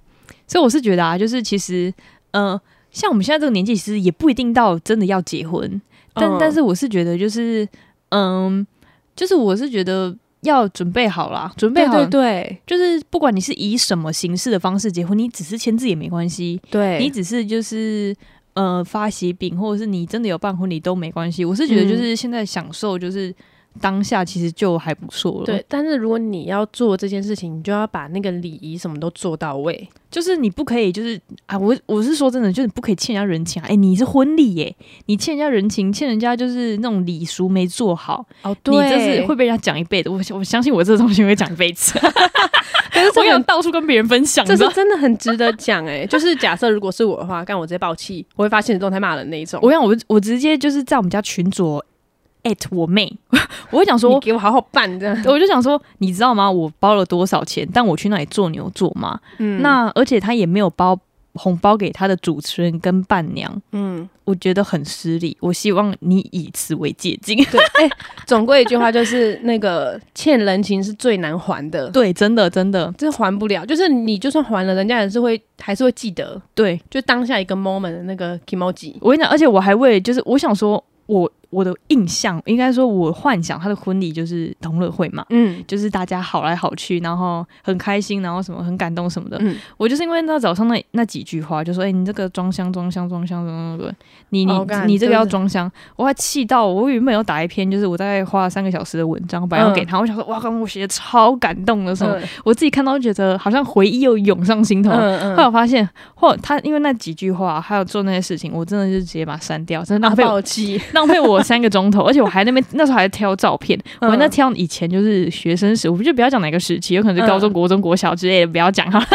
Speaker 1: 所以我是觉得啊，就是其实，呃，像我们现在这个年纪，其实也不一定到真的要结婚，但、
Speaker 2: 嗯
Speaker 1: 但是我是觉得，就是，嗯，就是我是觉得要准备好啦，准备
Speaker 2: 对
Speaker 1: 好，
Speaker 2: 对对
Speaker 1: 就是不管你是以什么形式的方式结婚，你只是签字也没关系，
Speaker 2: 对，
Speaker 1: 你只是就是。呃，发喜饼或者是你真的有办婚礼都没关系，我是觉得
Speaker 2: 嗯
Speaker 1: 就是现在享受就是当下，其实就还不错了。
Speaker 2: 对，，但是如果你要做这件事情，你就要把那个礼仪什么都做到位。
Speaker 1: 就是你不可以，就是啊，我我是说真的，就是不可以欠人家人情啊。哎、你是婚礼耶、你欠人家人情，欠人家就是那种礼俗没做好，
Speaker 2: 哦，
Speaker 1: 你这是
Speaker 2: 会
Speaker 1: 会被人家讲一辈子。我我相信我这个东西会讲一辈子，
Speaker 2: 可是
Speaker 1: 我
Speaker 2: 这
Speaker 1: 想
Speaker 2: 个
Speaker 1: 到处跟别人分享，
Speaker 2: 这
Speaker 1: 你知
Speaker 2: 是
Speaker 1: 道
Speaker 2: 真的很值得讲哎、就是假设如果是我的话，干我直接爆气，我会发现实动态骂人那一种。
Speaker 1: 我想我我直接就是在我们家群组艾特我妹， 我会讲
Speaker 2: 你
Speaker 1: 说，
Speaker 2: 给我好好办这样。
Speaker 1: 我就想说，你知道吗？我包了多少钱？但我去那里做牛做马，
Speaker 2: 嗯
Speaker 1: 那而且他也没有包红包给他的主持人跟伴娘。
Speaker 2: 嗯，
Speaker 1: 我觉得很失礼，我希望你以此为借鉴。
Speaker 2: 对， 哎、总归一句话就是，那个欠人情是最难还的，
Speaker 1: 对，真的真的，
Speaker 2: 这还不了。就是你就算还了，人家也是会还是会记得，
Speaker 1: 对
Speaker 2: 就当下一个 moment 的那个 emoji。
Speaker 1: 我跟你讲，而且我还为就是我想说我，我的印象应该说，我幻想他的婚礼就是同乐会嘛，
Speaker 2: 嗯
Speaker 1: 就是大家好来好去，然后很开心，然后什么很感动什么的。
Speaker 2: 嗯，
Speaker 1: 我就是因为那早上那那几句话，就说哎、你这个装箱装箱装箱装装，你你、
Speaker 2: 哦干
Speaker 1: 你这个要
Speaker 2: 真的
Speaker 1: 装箱，我还气到我原本有打一篇，就是我大概花了三个小时的文章，本来要
Speaker 2: 嗯
Speaker 1: 给他，我想说哇，刚刚我写的超感动的什么，
Speaker 2: 嗯
Speaker 1: 我自己看到觉得好像回忆又涌上心头，
Speaker 2: 嗯
Speaker 1: 后来我发现，或他因为那几句话，还有做那些事情，我真的就直接把它删掉，真的浪费我、
Speaker 2: 暴气，
Speaker 1: 浪费我三个 钟头，而且我还那边那时候还挑照片，我还在
Speaker 2: 嗯
Speaker 1: 挑以前就是学生时，我们就不要讲哪个时期，有可能是高中、
Speaker 2: 嗯
Speaker 1: 国中、国小之类的，不要讲哈。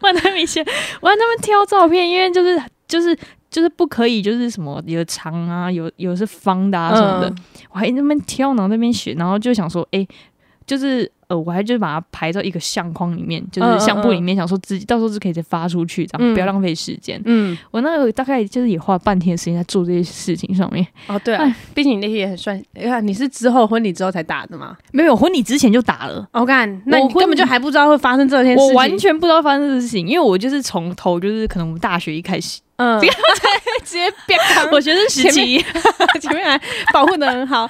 Speaker 1: 我还在那边写，我还在那边挑照片，因为就是就是。就是不可以，就是什么有长啊，有有是方的啊什么的，
Speaker 2: 嗯
Speaker 1: 我还在那边挑，然后那边选，然后就想说，哎、就是呃，我还就是把它排到一个相框里面，就
Speaker 2: 嗯嗯
Speaker 1: 是相簿里面，想说自己到时候是可以再发出去，这样、
Speaker 2: 嗯
Speaker 1: 不要浪费时间。
Speaker 2: 嗯，
Speaker 1: 我那个大概就是也花了半天的时间在做这些事情上面，
Speaker 2: 哦对啊，毕竟你那天也很帅。哎呀，你是之后婚礼之后才打的吗？
Speaker 1: 没有婚礼之前就打了。
Speaker 2: 我看，哦那你根本就还不知道会发生这件事情。
Speaker 1: 我完全不知道发生这事情，因为我就是从头就是可能我们大学一 开始，
Speaker 2: 嗯，直接变康，
Speaker 1: 我学生时
Speaker 2: 前
Speaker 1: 期，
Speaker 2: 前面还保护的很好。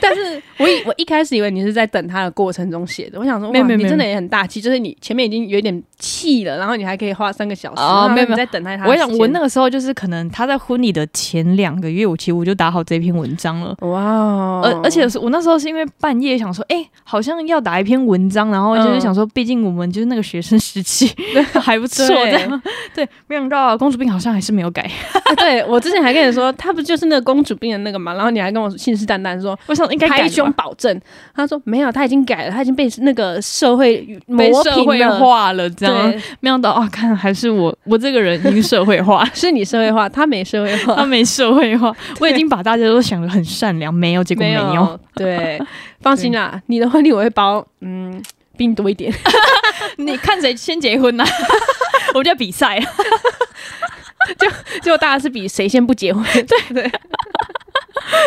Speaker 2: 但是我以我一开始以为你是在等他的过程中写的，我想说，
Speaker 1: 没有
Speaker 2: 哇
Speaker 1: 没有
Speaker 2: 你
Speaker 1: 没有
Speaker 2: 真的也很大气，就是你前面已经有点气了，然后你还可以花三个小时，
Speaker 1: 哦
Speaker 2: 然后
Speaker 1: 没有没有
Speaker 2: 你在等待他的
Speaker 1: 我
Speaker 2: 时间。
Speaker 1: 想我那个时候就是可能他在婚礼的前两个月，我其实我就打好这篇文章了。
Speaker 2: 哇哦，
Speaker 1: 而而且是我那时候是因为半夜想说，哎、好像要打一篇文章，然后就是
Speaker 2: 嗯
Speaker 1: 想说，毕竟我们就是那个学生时期， 还不错
Speaker 2: 对
Speaker 1: 的。对，没想到啊公主病好像还是没有改。
Speaker 2: 啊对我之前还跟你说， 他不就是那个公主病的那个嘛，然后你还跟我信誓旦旦说。
Speaker 1: 我想应该改
Speaker 2: 拍
Speaker 1: 了
Speaker 2: 胸
Speaker 1: 吧
Speaker 2: 保证，他说没有，他已经改了，他已经被那个社会磨
Speaker 1: 被
Speaker 2: 平了
Speaker 1: 社会化了，这样
Speaker 2: 对，，
Speaker 1: 没想到啊，看还是我我这个人已经社会 化
Speaker 2: 是你社会化，他没社会化，
Speaker 1: 他没社会化，我已经把大家都想得很善良，没有，结果没有。
Speaker 2: 有，对，放心啦，你的婚礼我会包，嗯，比你多一点。
Speaker 1: 你看谁先结婚呢、啊 我们就要比赛，
Speaker 2: 结果大家是比谁先不结婚， 对 对，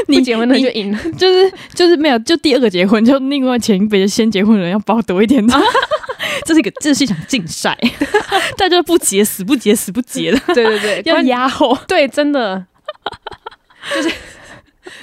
Speaker 1: 你
Speaker 2: 不结婚的
Speaker 1: 你
Speaker 2: 就赢了。
Speaker 1: 就是就是没有，就第二个结婚，就另外前一辈先结婚的人要包多一点的。 这是一个，这是一场竞赛， 大家不结，死不结，死不结的，
Speaker 2: 对对对，
Speaker 1: 要
Speaker 2: 关
Speaker 1: 压 后
Speaker 2: 对，真的，就是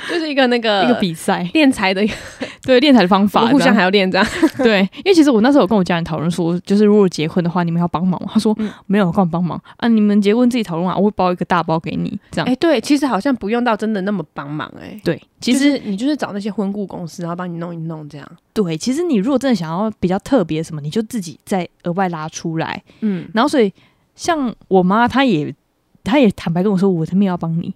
Speaker 2: 就是一个那个
Speaker 1: 一个比赛。
Speaker 2: 练财的一个，
Speaker 1: 呃对，练财的方
Speaker 2: 我
Speaker 1: 法，
Speaker 2: 们互相
Speaker 1: 这
Speaker 2: 还
Speaker 1: 样
Speaker 2: 要练这样。
Speaker 1: 对，因为其实我那时候有跟我家人讨论说，就是如果结婚的话，你们要帮忙 吗？他说、没有，干嘛帮忙啊？你们结婚自己讨论啊，我会包一个大包给你，这样。
Speaker 2: 哎，对，其实好像不用到真的那么帮忙，哎，
Speaker 1: 对，其
Speaker 2: 就
Speaker 1: 实、
Speaker 2: 是你就是找那些婚顾公司，然后帮你弄一弄这样。
Speaker 1: 对，其实你如果真的想要比较特别什么，你就自己再额外拉出来，
Speaker 2: 嗯，
Speaker 1: 然后所以像我妈，她也她也坦白跟我说，我真没有要帮 你。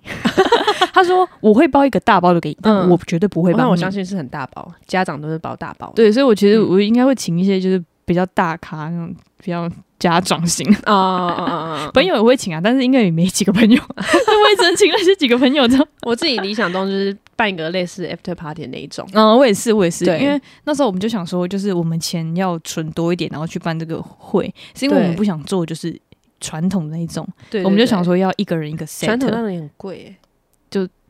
Speaker 1: 她说我会包一个大包的给你，但
Speaker 2: 嗯
Speaker 1: 哦我绝对不会帮
Speaker 2: 那
Speaker 1: 你。
Speaker 2: 我相信是很大包，家长都是包大包。
Speaker 1: 对，所以我其实
Speaker 2: 嗯
Speaker 1: 我应该会请一些就是比较大咖那种比较家长型
Speaker 2: 啊啊啊啊啊！
Speaker 1: 朋 友也会请啊，但是应该也没几个朋友，我也只能请那些几个朋友这样。
Speaker 2: 我自己理想中就是办一个类似 after party 的那一种。
Speaker 1: 嗯，我也是，我也是，
Speaker 2: 对
Speaker 1: 因为那时候我们就想说，就是我们钱要存多一点，然后去办这个会，是因为我们
Speaker 2: 对
Speaker 1: 不想做就是传统的那一种，
Speaker 2: 对
Speaker 1: 我们就
Speaker 2: 对对
Speaker 1: 想说要一个人一个 set，
Speaker 2: 传统那种也很贵耶，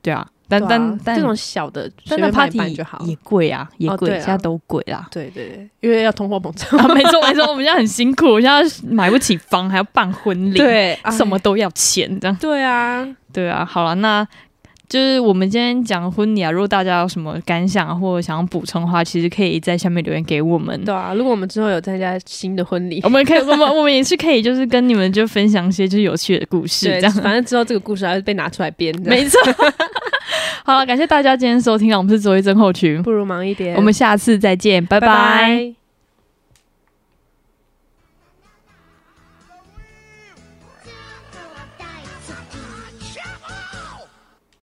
Speaker 1: 对啊，但、
Speaker 2: 对啊
Speaker 1: 但但
Speaker 2: 这种小的随
Speaker 1: 但那
Speaker 2: 便办一办
Speaker 1: party
Speaker 2: 就好。
Speaker 1: 也贵啊，也
Speaker 2: 哦
Speaker 1: 贵，
Speaker 2: 对啊
Speaker 1: 现在都贵啦。
Speaker 2: 对对对，因为要通货膨 胀。
Speaker 1: 啊，没错没错，我们现在很辛苦，我现在买不起房，还要办婚礼，，
Speaker 2: 对，
Speaker 1: 什么都要钱，这样
Speaker 2: 哎？对啊，
Speaker 1: 对啊。好了，那就是我们今天讲婚礼啊，如果大家有什么感想啊或者想要补充的话，其实可以在下面留言给我们。
Speaker 2: 对啊。如果我们之后有参加新的婚礼
Speaker 1: 我，们可以，我们我们也是可以，就是跟你们就分享一些就是有趣的故事，
Speaker 2: 对
Speaker 1: 这，样。
Speaker 2: 反正之后这个故事还会被拿出来编的。
Speaker 1: 没错。 好了，感谢大家今天收听啊，我们是卓一真后群，
Speaker 2: 不如忙一点。
Speaker 1: 我们下次再见，拜拜
Speaker 2: 拜拜